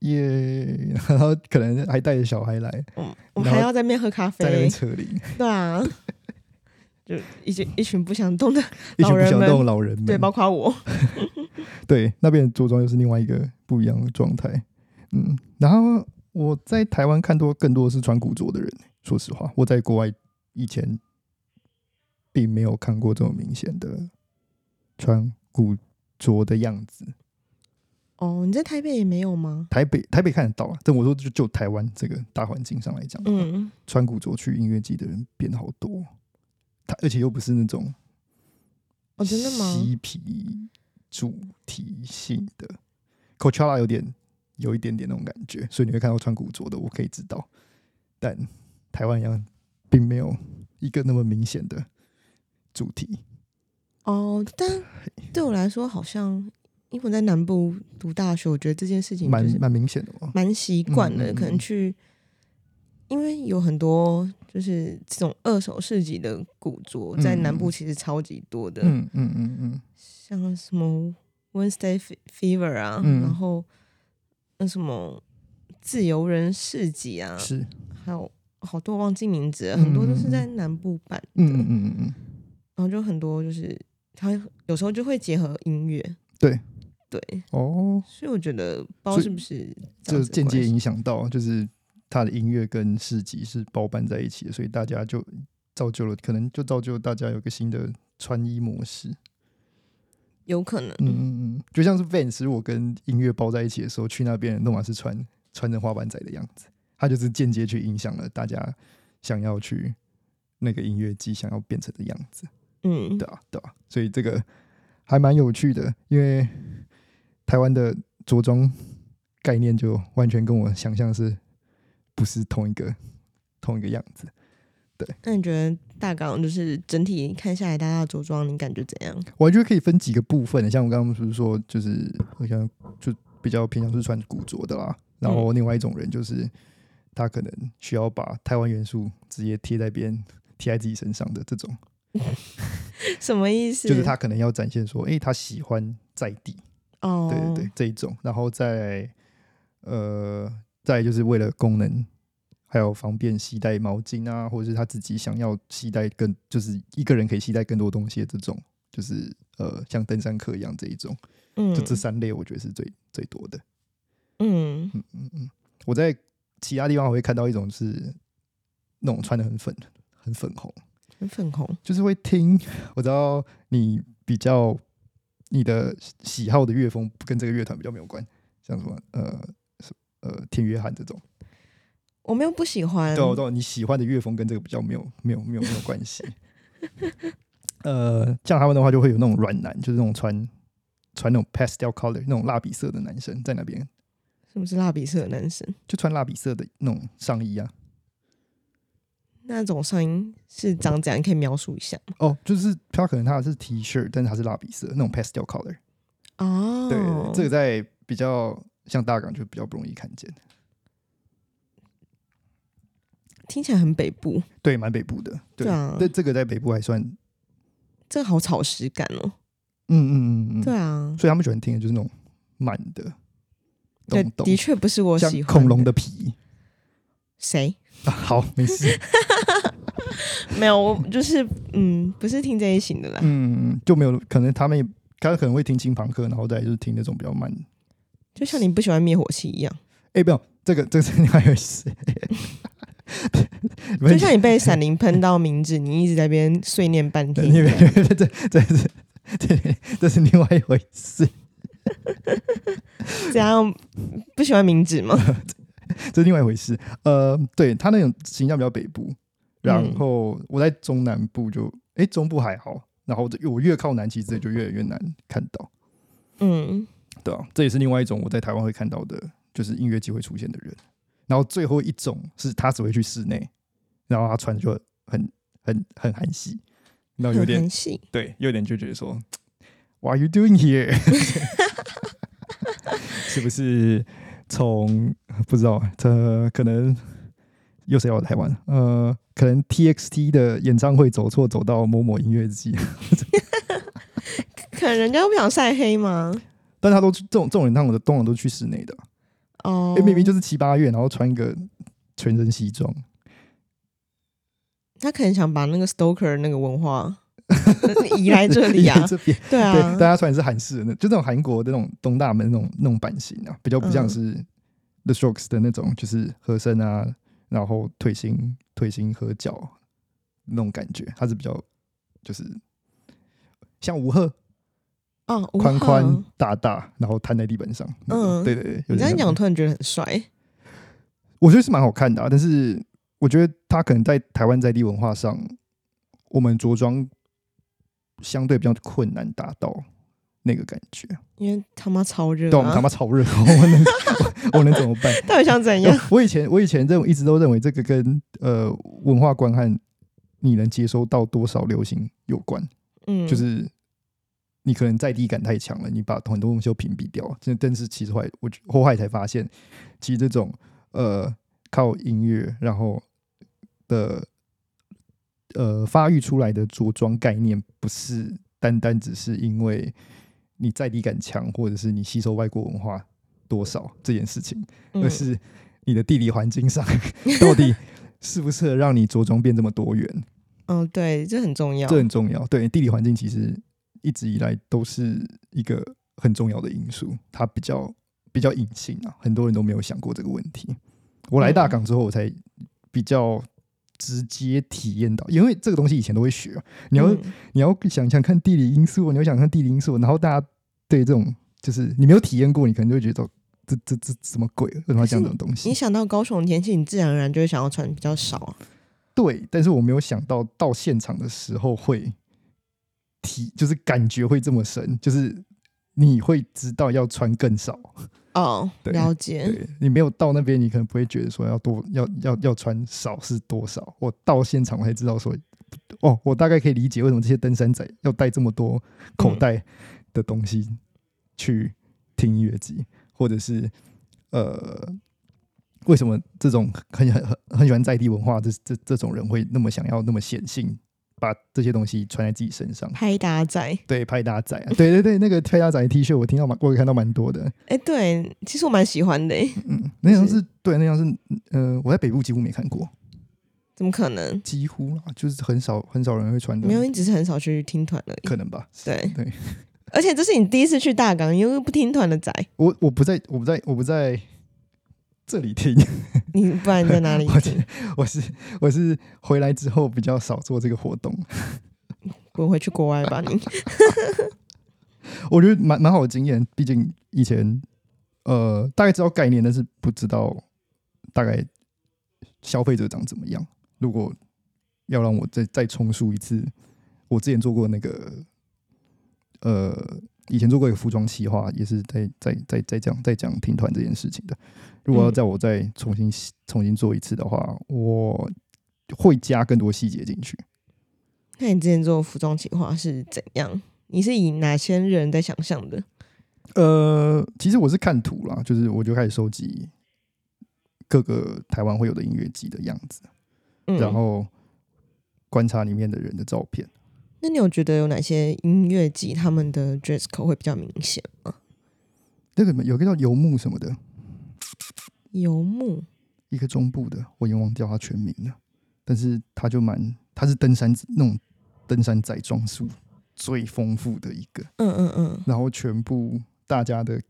Speaker 1: 耶， 然后可能还带着小孩来
Speaker 2: 嗯，
Speaker 1: 然
Speaker 2: 我们
Speaker 1: 后
Speaker 2: 还要在那边喝咖
Speaker 1: 在那边
Speaker 2: 啡，
Speaker 1: 扯铃，
Speaker 2: 对啊， 就一群一群不想动的，
Speaker 1: 一群
Speaker 2: 老
Speaker 1: 不
Speaker 2: 人
Speaker 1: 想
Speaker 2: 们
Speaker 1: 动老人们，
Speaker 2: 对，包括我，
Speaker 1: 对，那边的着装又是另外一个不一样的状态。嗯，然后我在台湾看多更多的是穿古着的人，说实话，我在国外以前并没有看过这么明显的穿古着的样子。
Speaker 2: 哦，你在台北也没有吗？
Speaker 1: 台北台北看得到啊，但我说就就台湾这个大环境上来讲，嗯，
Speaker 2: 嗯，
Speaker 1: 穿古着去音乐季的人变好多，他而且又不是那种
Speaker 2: 哦，真的吗？
Speaker 1: 嬉皮主题性的 Coachella 有点有一点点那种感觉，所以你会看到穿古着的，我可以知道，但台湾一样并没有一个那么明显的主题。
Speaker 2: 哦，但对我来说，好像因为我在南部读大学，我觉得这件事情
Speaker 1: 蛮
Speaker 2: 就是
Speaker 1: 蛮明显的哦。
Speaker 2: 蛮习惯
Speaker 1: 嗯嗯
Speaker 2: 的，
Speaker 1: 嗯
Speaker 2: 可能去，因为有很多就是这种二手市集的古着，在南
Speaker 1: 嗯嗯
Speaker 2: 部其实超级多的，
Speaker 1: 嗯嗯嗯嗯，
Speaker 2: 像什么 Wednesday Fe- Fever 啊，
Speaker 1: 嗯
Speaker 2: 然后那什么自由人市集啊，
Speaker 1: 是，
Speaker 2: 还有好多忘记名字了，
Speaker 1: 嗯
Speaker 2: 很多都是在南部办的，
Speaker 1: 嗯嗯嗯嗯
Speaker 2: 然后就很多就是它有时候就会结合音乐，
Speaker 1: 对
Speaker 2: 对，
Speaker 1: 嗯，哦，
Speaker 2: 所以我觉得不知
Speaker 1: 所
Speaker 2: 道
Speaker 1: 以
Speaker 2: 是不是这
Speaker 1: 这
Speaker 2: 样子的
Speaker 1: 间接
Speaker 2: 关系
Speaker 1: 影响到就是他的音乐跟市集是包办在一起的，所以大家就造就了，可能就造就大家有个新的穿衣模式。
Speaker 2: 有可能，
Speaker 1: 嗯嗯嗯，就像是 Vans，我跟音乐包在一起的时候，去那边都嘛是穿穿着花板仔的样子，他就是间接去影响了大家想要去那个音乐季想要变成的样子，
Speaker 2: 嗯，
Speaker 1: 对啊，对啊，所以这个还蛮有趣的，因为台湾的着装概念就完全跟我想象是不是同一个同一个样子。
Speaker 2: 那你觉得大港就是整体看下来，大家的着装你感觉怎样？
Speaker 1: 我觉得可以分几个部分，像我刚刚不是说，就是我想就比较偏向是穿古着的啦，然后另外一种人就是他可能需要把台湾元素直接贴在别人贴在自己身上的这种，
Speaker 2: 什么意思？
Speaker 1: 就是他可能要展现说，诶，他喜欢在地，
Speaker 2: 哦，
Speaker 1: 对对对，这一种，然后再呃，再就是为了功能。还有方便携带毛巾啊，或者是他自己想要携带更，就是一个人可以携带更多东西的这种，就是呃，像登山客一样这一种。
Speaker 2: 嗯
Speaker 1: 就这三类，我觉得是最最多的。
Speaker 2: 嗯
Speaker 1: 嗯嗯嗯，我在其他地方我会看到一种是那种穿的很粉很粉红，
Speaker 2: 很粉红。
Speaker 1: 就是会听。 我知道你比较你的喜喜好的乐风跟这个乐团比较没有关，像什么呃什呃天约翰这种，
Speaker 2: 我没有不喜欢，
Speaker 1: 对我懂你喜欢的乐风跟这个比较没有没有没有没有关系。 呃，像他们的话就会有那种软男，就是那种穿穿那种 pastel color 那种蜡笔色的男生在那边
Speaker 2: 是不是蜡笔色的男生？
Speaker 1: 就穿蜡笔色的那种上衣啊。
Speaker 2: 那种上音是长怎样？可以描述一下吗
Speaker 1: 哦，就是他可能他是 T 恤，但是它是蜡笔色那种 pastel color。
Speaker 2: 哦，
Speaker 1: 对，这个在比较像大港就比较不容易看见，
Speaker 2: 听起来很北部，
Speaker 1: 对，蛮北部的。对
Speaker 2: 对啊
Speaker 1: 但这个在北部还算，
Speaker 2: 这个好草食感哦。
Speaker 1: 嗯嗯嗯嗯，
Speaker 2: 对。啊，
Speaker 1: 所以他们喜欢听的就是那种慢的，
Speaker 2: 对
Speaker 1: 懂，懂
Speaker 2: 的，确不是我
Speaker 1: 像
Speaker 2: 喜欢
Speaker 1: 恐龙的皮。
Speaker 2: 谁？
Speaker 1: 啊、好，没 事，
Speaker 2: 没有，我就是嗯，不是听这一型的啦。
Speaker 1: 嗯，就没有可能他们也，他可能会听轻朋克，然后再就是听那种比较慢
Speaker 2: 就像你不喜欢灭火器一样，
Speaker 1: 哎、不要，这个这个是另外一回事。你们
Speaker 2: 就像你被闪灵喷到名字，你一直在那边碎念半
Speaker 1: 对
Speaker 2: 天
Speaker 1: 你
Speaker 2: 一
Speaker 1: 别
Speaker 2: 样。
Speaker 1: 这这这是 这这是另外一回事，
Speaker 2: 这样不喜欢名 字吗？
Speaker 1: 这是另外一回事。呃，对他那种形象比较北部，然
Speaker 2: 嗯
Speaker 1: 后我在中南部就，哎、中部还好，然后这我越靠南，其实就越来越难看到，
Speaker 2: 嗯，
Speaker 1: 对啊，这也是另外一种我在台湾会看到的，就是音乐季会出现的人。然后最后一种是他只会去室内，然后他穿就很很很韩系，然哦后有
Speaker 2: 很
Speaker 1: 点
Speaker 2: 很细，
Speaker 1: 对，有点就觉得说，What are you doing here？是不是从呃不知道这可能又谁要台湾？呃，可能 TXT 的演唱会走错，走到某某音乐季，
Speaker 2: 可能人家不想晒黑吗？
Speaker 1: 但他都这种这种人，他们的通常都去室内的，
Speaker 2: 哦
Speaker 1: 诶，明明就是七八月，然后穿一个全身西装，
Speaker 2: 他可能想把那个 stoker 那个文化移来这里
Speaker 1: 来
Speaker 2: 啊，
Speaker 1: 这边
Speaker 2: 对
Speaker 1: 对，
Speaker 2: 啊
Speaker 1: 大，家穿的是韩式的那，就那种韩国的那种东大门那种那种版型啊，比较不像
Speaker 2: 嗯
Speaker 1: 是 The Strokes 的那种，就是和声啊，然后腿型腿型和脚那种感觉，它是比较就是像吴赫
Speaker 2: 哦，吴
Speaker 1: 宽
Speaker 2: 昊
Speaker 1: 宽，大大，然后瘫在地板上。嗯，
Speaker 2: 嗯
Speaker 1: 对对对，有
Speaker 2: 你这
Speaker 1: 点
Speaker 2: 样
Speaker 1: 像
Speaker 2: 讲，我突然觉得很帅，
Speaker 1: 我觉得是蛮好看的、啊，但是我觉得他可能在台湾在地文化上，我们着装相对比较困难达到那个感觉。
Speaker 2: 因为他妈超热、
Speaker 1: 对啊，我们他
Speaker 2: 啊，
Speaker 1: 妈超热，我能我我能怎么办？
Speaker 2: 到底想怎样？
Speaker 1: 我以前我以前认为一直都认为这个跟呃文化观和你能接收到多少流行有关，
Speaker 2: 嗯，
Speaker 1: 就是你可能在地感太强了，你把很多东西都屏蔽掉。但但是其实后来我后来才发现，其实这种呃靠音乐然后的呃发育出来的着装概念，不是单单只是因为你在地感强，或者是你吸收外国文化多少这件事情。而
Speaker 2: 嗯
Speaker 1: 是你的地理环境上 到底适不适合让你着装变这么多元，
Speaker 2: 嗯，对，这很重要
Speaker 1: 这，很重要。对，地理环境其实一直以来都是一个很重要的因素，它比较比较隐性啊，很多人都没有想过这个问题。我来
Speaker 2: 嗯
Speaker 1: 大港之后，我才比较直接体验到，因为这个东西以前都会学啊，你要、
Speaker 2: 嗯
Speaker 1: 你要想想看地理因素，你要想看地理因素，然后大家对这种就是你没有体验过，你可能就会觉得这这这什么鬼，啊为什么要讲这种东西
Speaker 2: 你？想到高雄的天气，你自然而然就会想要穿比较少啊，
Speaker 1: 对，但是我没有想到到现场的时候会体，就是感觉会这么深，就是你会知道要穿更少。
Speaker 2: 哦，
Speaker 1: 对
Speaker 2: 了解，
Speaker 1: 对你没有到那边，你可能不会觉得说要多要要要穿少是多少。我到现场我才知道说，哦，我大概可以理解为什么这些登山仔要带这么多口袋的东西去听音乐节，或者是呃，为什么这种很很很很喜欢在地文化这这这种人会那么想要那么显性，把这些东西穿在自己身上。
Speaker 2: 拍打仔，
Speaker 1: 对，拍打仔、啊，对对对，那个拍打仔的 T 恤，我听到蛮，我有看到蛮多的。
Speaker 2: 哎、对，其实我蛮喜欢的、欸，
Speaker 1: 嗯，那张
Speaker 2: 就是
Speaker 1: 是对，那张是呃，我在北部几乎没看过，
Speaker 2: 怎么可能？
Speaker 1: 几乎啦，就是很少很少人会穿的，
Speaker 2: 没有，你只是很少去听团而已。
Speaker 1: 嗯可能吧？
Speaker 2: 对
Speaker 1: 对，
Speaker 2: 而且这是你第一次去大港，你又不听团的仔，
Speaker 1: 我我不在我不在我不在这里听，
Speaker 2: 你不然你在哪里
Speaker 1: 我
Speaker 2: 听？
Speaker 1: 我是我是回来之后比较少做这个活动，
Speaker 2: 滚回去国外吧你！
Speaker 1: 我觉得蛮蛮好的经验，毕竟以前呃大概知道概念，但是不知道大概消费者长怎么样。如果要让我再再重述一次，我之前做过那个呃，以前做过一个服装企划，也是在在在在讲在讲听团这件事情的。如果要
Speaker 2: 嗯
Speaker 1: 叫我再重新重新做一次的话，我会加更多细节进去。
Speaker 2: 那你之前做服装企划是怎样？你是以哪些人在想象的？
Speaker 1: 呃，其实我是看图啦，就是我就开始收集各个台湾会有的音乐季的样子，
Speaker 2: 嗯，
Speaker 1: 然后观察里面的人的照片。
Speaker 2: 那你有觉得有哪些音乐季他们的 dress code 会比较明显吗？
Speaker 1: 那个有个叫游牧什么的，
Speaker 2: 游牧
Speaker 1: 一个中部的，我已经忘掉他全名了，但是他就蛮，他是登山那种登山仔装束最丰富的一个，
Speaker 2: 嗯嗯嗯，
Speaker 1: 然后全部大家的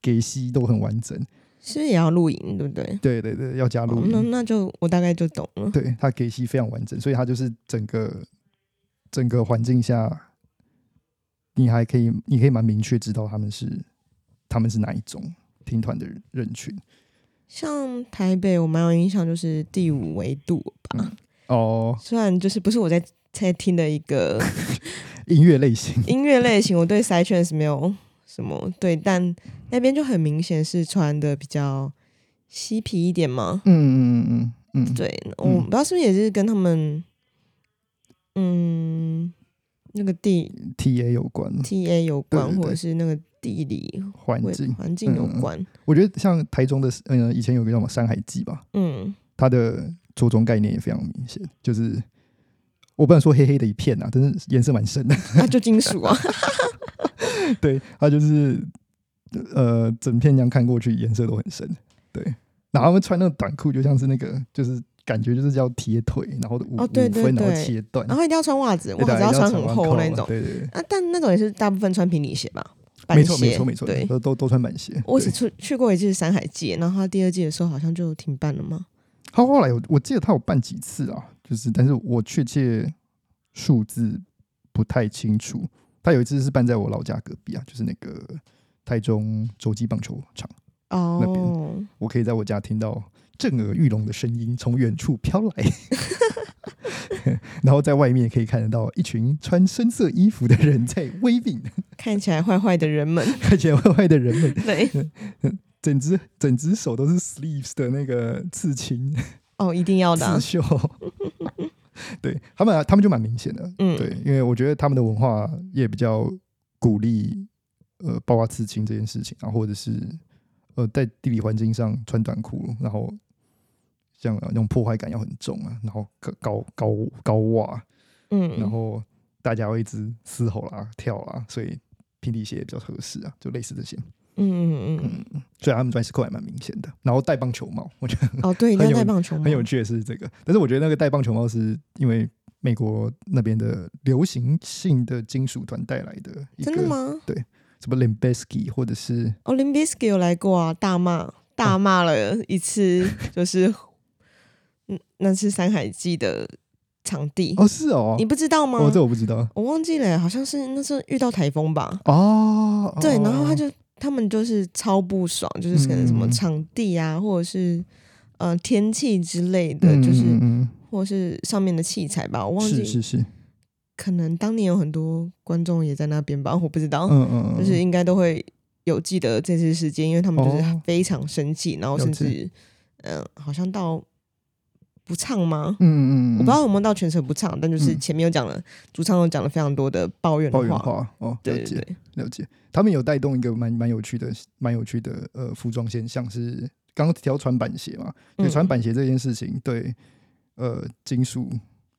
Speaker 1: 给息都很完整。
Speaker 2: 是不是也要露营，对不对？
Speaker 1: 对对对，要加
Speaker 2: 哦
Speaker 1: 录、音。
Speaker 2: 那那就我大概就懂了。
Speaker 1: 嗯对，它给息非常完整，所以它就是整个整个环境下，你还可以，你可以蛮明确知道他们是他们是哪一种听团的人人群
Speaker 2: 像台北，我蛮有印象，就是第五维度吧。
Speaker 1: 哦。
Speaker 2: 虽然就是不是我在在听的一个
Speaker 1: 音乐类型，
Speaker 2: 音乐类型我对 side t r a n s 没有什么对，但那边就很明显是穿的比较嬉皮一点嘛。
Speaker 1: 嗯嗯嗯嗯嗯，
Speaker 2: 对，我不知道是不是也是跟他们，嗯，那个地
Speaker 1: 体也有关，
Speaker 2: T A 有关，
Speaker 1: 嗯对对对
Speaker 2: 或者是那个地理
Speaker 1: 环
Speaker 2: 位
Speaker 1: 境。
Speaker 2: 环境有
Speaker 1: 嗯嗯
Speaker 2: 关。
Speaker 1: 我觉得像台中的，嗯、以前有个叫什么《山海记》吧，
Speaker 2: 嗯
Speaker 1: 它的着装概念也非常明显，就是我不能说黑黑的一片啊，但是颜色蛮深的。
Speaker 2: 那、就金属啊，
Speaker 1: 对，它就是呃，整片这样看过去，颜色都很深。对，然后他们穿那个短裤，就像是那个，就是感觉就是叫贴腿，然后五、
Speaker 2: 哦对对
Speaker 1: 五分，然后
Speaker 2: 对
Speaker 1: 切断，
Speaker 2: 然后一定要穿袜子，
Speaker 1: 对
Speaker 2: 袜子
Speaker 1: 大家
Speaker 2: 穿
Speaker 1: 要
Speaker 2: 很
Speaker 1: 完
Speaker 2: 厚
Speaker 1: 扣
Speaker 2: 那
Speaker 1: 嘛
Speaker 2: 种。
Speaker 1: 对对
Speaker 2: 啊，但那种也是大部分穿平底鞋吧，
Speaker 1: 对，
Speaker 2: 板
Speaker 1: 没
Speaker 2: 鞋
Speaker 1: 错没错没错，
Speaker 2: 对，
Speaker 1: 都都都穿板鞋。
Speaker 2: 我只
Speaker 1: 对
Speaker 2: 出去过一次山海界，然后他第二季的时候好像就停办了嘛。
Speaker 1: 他后来有我记得他有办几次啊，就是但是我确切数字不太清楚。他有一次是办在我老家隔壁啊，就是那个台中洲际棒球场，
Speaker 2: 哦，
Speaker 1: 我可以在我家听到震耳欲聋的声音从远处飘来， 然后在外面可以看得到一群穿深色衣服的人在 waving，
Speaker 2: 看起来坏坏的 人们，
Speaker 1: 看起来坏坏的人们，
Speaker 2: 对，
Speaker 1: 整只整只手都是 sleeves 的那个刺青
Speaker 2: 哦，一定要的啊、
Speaker 1: 刺绣， 对他们啊他们就蛮明显的，
Speaker 2: 嗯，
Speaker 1: 对，因为我觉得他们的文化也比较鼓励，呃，包括刺青这件事情啊，或者是呃，在地理环境上穿短裤，然后像呃那种破坏感要很重啊，然后高高高高袜，
Speaker 2: 嗯，
Speaker 1: 然后大家会一直嘶吼啦、跳啦，所以平底鞋也比较合适啊，就类似这些。
Speaker 2: 嗯嗯嗯
Speaker 1: 所以他们穿 s c 还蛮明显的，然后戴棒球帽，我觉得
Speaker 2: 嗯，哦， 对，一定
Speaker 1: 很
Speaker 2: 要戴
Speaker 1: 有
Speaker 2: 棒球帽，
Speaker 1: 很有趣的是这个，但是我觉得那个戴棒球帽是因为美国那边的流行性的金属团带来的一个
Speaker 2: 真的吗
Speaker 1: 什么 Limbesky 或者是
Speaker 2: 哦 l i m b i s k i 有来过啊，大骂大骂了一次， 就是，嗯，那是山海记的场地，
Speaker 1: 哦是哦
Speaker 2: 你，不知道吗？
Speaker 1: 哦这我不知道
Speaker 2: 我忘记了，好像是那时候遇到台风吧，
Speaker 1: 哦，
Speaker 2: 对，然后他
Speaker 1: 就
Speaker 2: 就他们就是超不爽，就是可能什么
Speaker 1: 嗯
Speaker 2: 场地啊，或者是呃天气之类的，就是
Speaker 1: 嗯
Speaker 2: 或者是上面的器材吧，我
Speaker 1: 嗯
Speaker 2: 忘
Speaker 1: 是
Speaker 2: 记，
Speaker 1: 是是，
Speaker 2: 可能当年有很多观众也在那边吧，我不知道，
Speaker 1: 嗯嗯，
Speaker 2: 啊就是应该都会有记得这次事件，因为他们就是
Speaker 1: 哦
Speaker 2: 非常生气，然后
Speaker 1: 了
Speaker 2: 甚
Speaker 1: 解
Speaker 2: 至嗯、呃好像到不唱吗？
Speaker 1: 嗯嗯嗯，
Speaker 2: 我不知道有没有到全程不唱，但就是
Speaker 1: 嗯
Speaker 2: 前面有讲了，主唱有讲了非常多的抱怨的
Speaker 1: 抱怨
Speaker 2: 话，
Speaker 1: 话哦，了
Speaker 2: 对对
Speaker 1: 解
Speaker 2: 对，
Speaker 1: 了解，他们有带动一个蛮蛮有趣的蛮有趣的呃服装现象是。刚刚提到穿板鞋嘛，对，
Speaker 2: 嗯
Speaker 1: 穿板鞋这件事情，对，呃，金属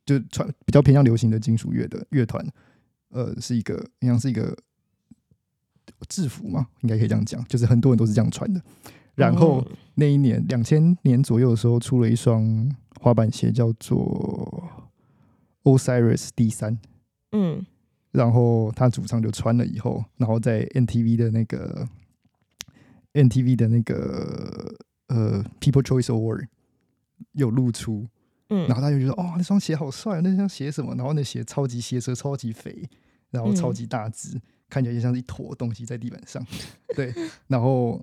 Speaker 1: 就穿比较偏向流行的金属乐的乐团，呃，是一个一样是一个制服嘛，应该可以这样讲，就是很多人都是这样穿的。然后
Speaker 2: 嗯
Speaker 1: 那一年两千年左右的时候，出了一双滑板鞋，叫做 Osiris D 三。
Speaker 2: 嗯
Speaker 1: 然后他主唱就穿了以后，然后在 NTV 的那个 NTV 的那个呃 People Choice Award 有露出，
Speaker 2: 嗯
Speaker 1: 然后大家就觉得哦，那双鞋好帅，那双鞋什么？然后那鞋超级鞋舌超级肥，然后超级大只，看起来就像是一坨东西在地板上。 对，然后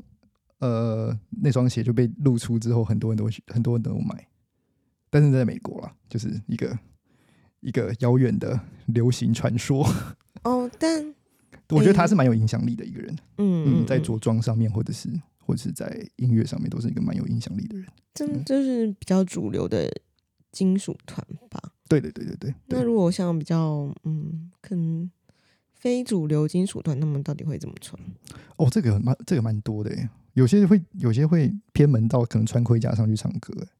Speaker 1: 呃，那双鞋就被露出之后，很多人都会去，很多人都有买，但是在美国啦，就是一个一个遥远的流行传说。
Speaker 2: 哦，但
Speaker 1: 我觉得他是蛮有影响力的一个人，
Speaker 2: 嗯
Speaker 1: 嗯，在着装上面或者是或者是在音乐上面都是一个蛮有影响力的人。
Speaker 2: 真就是比较主流的金属团吧。
Speaker 1: 对对对对对
Speaker 2: 那
Speaker 1: 对，
Speaker 2: 如果像比较嗯，可能非主流金属团，他们到底会怎么穿？
Speaker 1: 哦，这个蛮这个蛮多的耶，欸有些会有些会偏门到可能穿盔甲上去唱歌耶，欸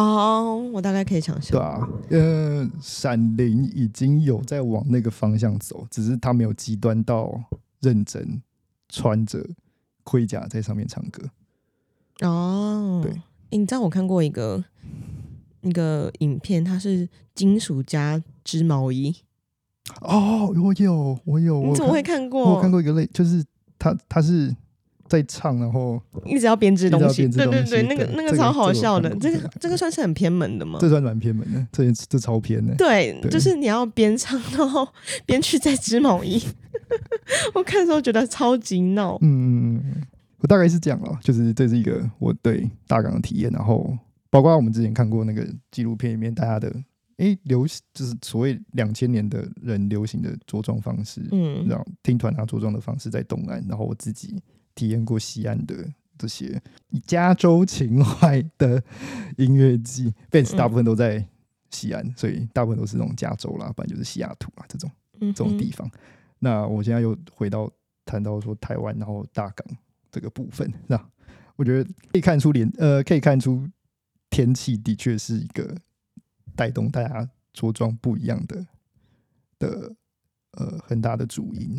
Speaker 2: 哦，我大概可以想
Speaker 1: 对
Speaker 2: 象。
Speaker 1: 啊，呃，闪灵已经有在往那个方向走，只是他没有极端到认真穿着盔甲在上面唱歌。
Speaker 2: 哦，
Speaker 1: 对
Speaker 2: 诶你知道我看过一个一个影片，它是金属加织毛衣，
Speaker 1: 哦，我有我有，哦我
Speaker 2: 你
Speaker 1: 有
Speaker 2: 怎
Speaker 1: 看
Speaker 2: 么会看
Speaker 1: 我有
Speaker 2: 过？
Speaker 1: 看过一个类，就是他他是在唱，然后。
Speaker 2: 一直要编织
Speaker 1: 一直要
Speaker 2: 东西，
Speaker 1: 编织
Speaker 2: 对
Speaker 1: 东
Speaker 2: 对
Speaker 1: 西
Speaker 2: 对，那个
Speaker 1: 对
Speaker 2: 那
Speaker 1: 这个
Speaker 2: 超
Speaker 1: 这
Speaker 2: 好
Speaker 1: 个我
Speaker 2: 笑
Speaker 1: 看
Speaker 2: 的。
Speaker 1: 过
Speaker 2: 这
Speaker 1: 这
Speaker 2: 个
Speaker 1: 个
Speaker 2: 这个算是很偏门的吗？
Speaker 1: 这算蛮偏门的，这也这超偏的。
Speaker 2: 对，
Speaker 1: 对
Speaker 2: 就是你要边唱，然后边去再织毛衣。 我看的时候觉得超级闹。
Speaker 1: 嗯，我大概是这样了，就是这是一个我对大港的体验，然后包括我们之前看过那个纪录片里面大家的诶，流行就是所谓两千年的人流行的着装方式，
Speaker 2: 嗯
Speaker 1: 让听团啊着装的方式在东岸，然后我自己体验过西岸的这些以加州情怀的音乐季 b a n s
Speaker 2: 嗯
Speaker 1: 大部分都在西岸，所以大部分都是那种加州啦，不然就是西雅图啊这种
Speaker 2: 嗯，
Speaker 1: 这种地方。那我现在又回到谈到说台湾，然后大港这个部分，那我觉得可以看出连呃可以看出天气的确是一个带动大家着装不一样的的呃很大的主因，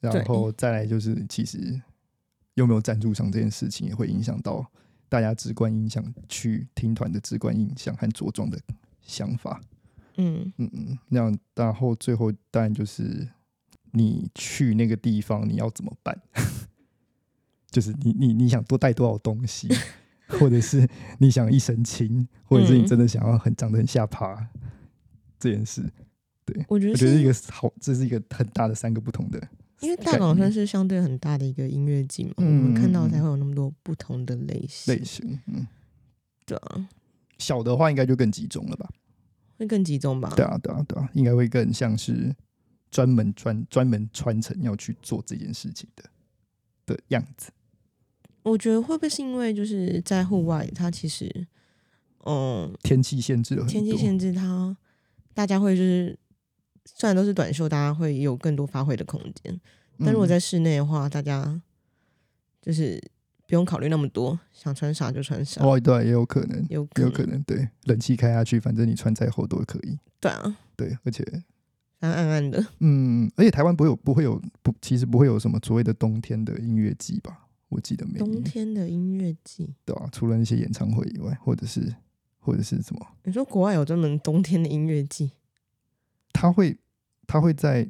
Speaker 1: 然
Speaker 2: 对
Speaker 1: 后再来就是其实有没有赞助商这件事情也会影响到大家直观影响去听团的直观印象和着装的想法。
Speaker 2: 嗯，
Speaker 1: 嗯嗯，那样，然后最后当然就是你去那个地方你要怎么办？ 就是你你你想多带多少东西，或者是你想一身轻，或者是你
Speaker 2: 嗯
Speaker 1: 真的想要很长得很下爬这件事，
Speaker 2: 我觉
Speaker 1: 我
Speaker 2: 得
Speaker 1: 觉得
Speaker 2: 是
Speaker 1: 一个好，这是一个很大的三个不同的概念，
Speaker 2: 因为大港算是相对很大的一个音乐季嘛，我
Speaker 1: 嗯
Speaker 2: 们看
Speaker 1: 嗯
Speaker 2: 到
Speaker 1: 嗯
Speaker 2: 才会有那么多不同的类型，
Speaker 1: 类型，嗯，
Speaker 2: 对啊，
Speaker 1: 小的话应该就更集中了吧？
Speaker 2: 会更集中吧？
Speaker 1: 对啊，对啊，对啊，应该会更像是专门专专门穿成要去做这件事情的的样子。
Speaker 2: 我觉得会不会是因为就是在户外，它其实，嗯，
Speaker 1: 天气限制了很多，
Speaker 2: 天气限制它，大家会就是虽然都是短袖，大家会有更多发挥的空间，但如果
Speaker 1: 嗯
Speaker 2: 在室内的话，大家就是不用考虑那么多，想穿啥就穿啥，
Speaker 1: 哦，对，也有可能，
Speaker 2: 有
Speaker 1: 也
Speaker 2: 可
Speaker 1: 有
Speaker 2: 能
Speaker 1: 可能，对，冷气开下去，反正你穿再厚都可以，
Speaker 2: 对啊，
Speaker 1: 对，而且，
Speaker 2: 反正暗暗的，
Speaker 1: 嗯，而且台湾不会有不会有不，其实不会有什么所谓的冬天的音乐季吧？我记得没有，
Speaker 2: 冬天的音乐季。
Speaker 1: 对吧、除了那些演唱会以外，或者是或者是什么，
Speaker 2: 你说国外有专门冬天的音乐季，
Speaker 1: 他会他会在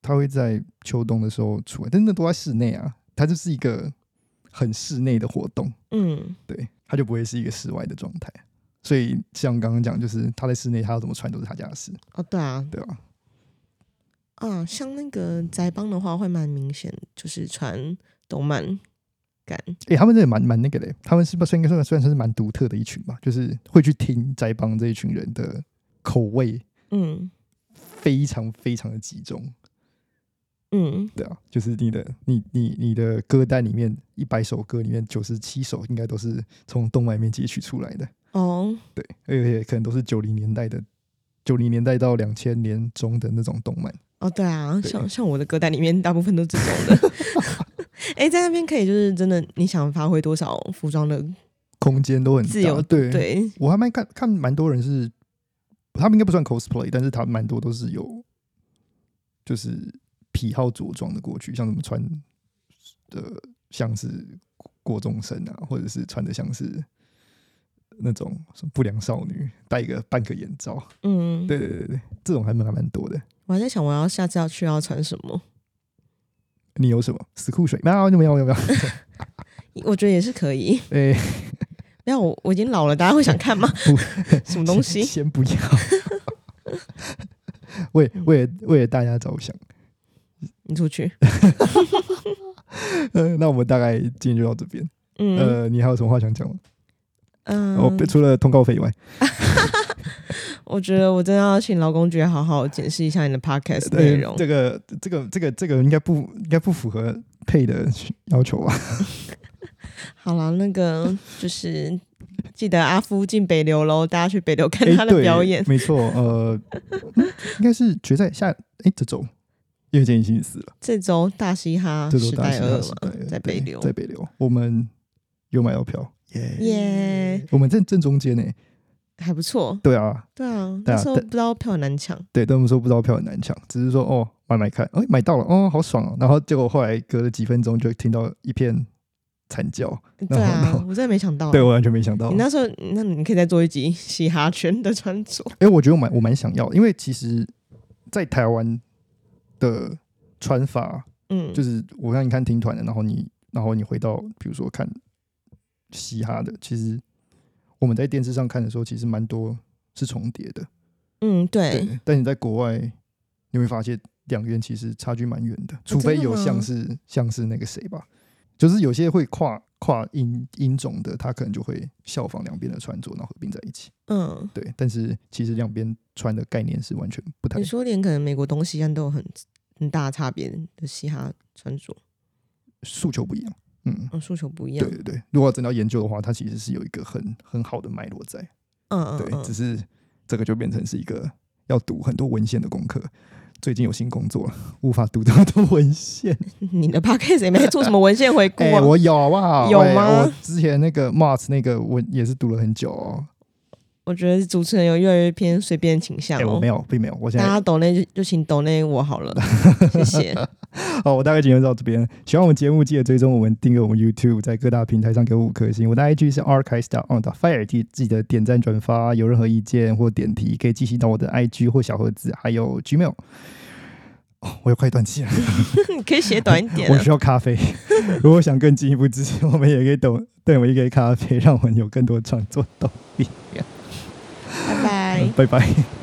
Speaker 1: 他会在秋冬的时候出来，但那都在室内啊，它就是一个很室内的活动。
Speaker 2: 嗯，
Speaker 1: 对，它就不会是一个室外的状态。所以像刚刚讲，就是他在室内，他要怎么穿都是他家的事，
Speaker 2: 哦，对啊，
Speaker 1: 对吧、
Speaker 2: 啊，像那个宅帮的话，会蛮明显，就是穿动漫感，
Speaker 1: 诶，他们这也蛮蛮那个的，欸他们是不是应该算算是蛮独特的一群吧？就是会去听斋帮这一群人的口味
Speaker 2: 嗯
Speaker 1: 非常非常的集中，
Speaker 2: 嗯，
Speaker 1: 对啊，就是你的你你你的歌单里面一百首歌里面九十七首应该都是从动漫里面截取出来的，
Speaker 2: 哦，
Speaker 1: 对，而且可能都是九零年代的九零年代到两千年中的那种动漫。
Speaker 2: 哦，对啊，
Speaker 1: 对
Speaker 2: 像像我的歌单里面大部分都这种的。 哎、在那边可以就是真的，你想发挥多少服装的
Speaker 1: 空间都很大
Speaker 2: 自由度？
Speaker 1: 对
Speaker 2: 对，
Speaker 1: 我还蛮看看蛮多人是，他们应该不算 cosplay，但是他蛮多都是有，就是癖好着装的过去，像什么穿的像是过中生啊，或者是穿的像是那种什么不良少女，戴一个半个眼罩，
Speaker 2: 嗯，
Speaker 1: 对对对对，这种还蛮还蛮多的。
Speaker 2: 我还在想我要下次要去要穿什么，
Speaker 1: 你有什么死酷水？没有没有没有 没有，
Speaker 2: 我觉得也是可以。
Speaker 1: 哎、
Speaker 2: 不要我我已经老了，大家会 想看吗？
Speaker 1: 不
Speaker 2: 什么 东西？
Speaker 1: 先不要，为为了为了大家着想。
Speaker 2: 你出去。
Speaker 1: 呃，那我们大概今天就到这边。
Speaker 2: 嗯
Speaker 1: 呃，你还有什么话想讲吗？
Speaker 2: 嗯、
Speaker 1: 哦，除了通告费以外，
Speaker 2: 我觉得我真的要请劳工局好好检视一下你的 podcast 内容
Speaker 1: 呃。这个这个这个这个应该不应该不符合配的要求吧？
Speaker 2: 好了，那个就是记得阿夫进北流喽，大家去北流看
Speaker 1: 诶
Speaker 2: 他的
Speaker 1: 哎对
Speaker 2: 表演。
Speaker 1: 没错，呃， 应该是决赛下，哎，这周因为建已经死了，
Speaker 2: 这周大嘻哈
Speaker 1: 这周
Speaker 2: 哦时
Speaker 1: 大
Speaker 2: 代
Speaker 1: 西
Speaker 2: 二
Speaker 1: 哈时代
Speaker 2: 嘛
Speaker 1: 了，
Speaker 2: 在
Speaker 1: 对
Speaker 2: 北流。
Speaker 1: 在北流，我们有买到票，
Speaker 2: 耶
Speaker 1: 我们正正中间呢。
Speaker 2: 还不错。
Speaker 1: 对啊，
Speaker 2: 对啊，
Speaker 1: 对啊
Speaker 2: 那时候
Speaker 1: 但
Speaker 2: 不知道票很 难抢。
Speaker 1: 对，但我们说不知道票很难抢，只是说哦买买看，哎买到了，哦好爽哦。然后结果后来隔了几分钟就听到一片惨叫。
Speaker 2: 对
Speaker 1: 然后
Speaker 2: 啊，我真的没想到。
Speaker 1: 对我完全没想到。
Speaker 2: 你
Speaker 1: 哎、
Speaker 2: 那时候，那你可以再做一集嘻哈圈的穿着。
Speaker 1: 我觉得我蛮我蛮想要，因为其实，在台湾的穿法，
Speaker 2: 嗯，
Speaker 1: 就是我让你看听团的，然后你然后你回到比如说看嘻哈的，其实我们在电视上看的时候，其实蛮多是重叠的。
Speaker 2: 嗯，对，
Speaker 1: 对，但你在国外你会发现两边其实差距蛮远的，除非有
Speaker 2: 真的吗
Speaker 1: 像是像是那个谁吧，就是有些会跨跨音音种的，他可能就会效仿两边的穿着，然后合并在一起。
Speaker 2: 嗯，
Speaker 1: 对，但是其实两边穿的概念是完全不太
Speaker 2: 你说连可能美国东西岸都有很很大的差别的嘻哈穿着，
Speaker 1: 诉求不一样。嗯，
Speaker 2: 嗯，诉求不一样
Speaker 1: 对。对对。如果真的要研究的话，它其实是有一个很很好的脉络在。
Speaker 2: 嗯嗯
Speaker 1: 对，只
Speaker 2: 嗯，
Speaker 1: 是这个就变成是一个要读很多文献的功课。最近有新工作了，无法读这么多文献。
Speaker 2: 你的 podcast 也没做什么文献回顾
Speaker 1: 哎、
Speaker 2: 啊？
Speaker 1: 我有好不好？
Speaker 2: 有
Speaker 1: 喂
Speaker 2: 吗
Speaker 1: 我之前那个 Mars 那个，我也是读了很久哦。
Speaker 2: 我觉得主持人有越来越偏随便倾
Speaker 1: 哎、
Speaker 2: 向
Speaker 1: 我
Speaker 2: 哦
Speaker 1: 没。有，并没有。我现
Speaker 2: 大
Speaker 1: 在
Speaker 2: 家抖内就就请抖内我好了，谢谢。
Speaker 1: 哦，我大概今天就到这边。喜欢我们节目，记得追踪我们，订阅我们 YouTube，在各大平台上给我五颗星。我的 IG 是 archives on fire，记记得点赞转发。有任何意见或点题，可以寄信到我的 IG 或小盒子，还有 Gmail。哦，我有快断气了。
Speaker 2: 你嗯可以写短一点
Speaker 1: 我
Speaker 2: 啊。
Speaker 1: 需要咖啡。 如果想更进一步支持，我们也可以抖，对我们一杯咖啡，让我们有更多创作动力。
Speaker 2: 拜拜。
Speaker 1: 拜拜。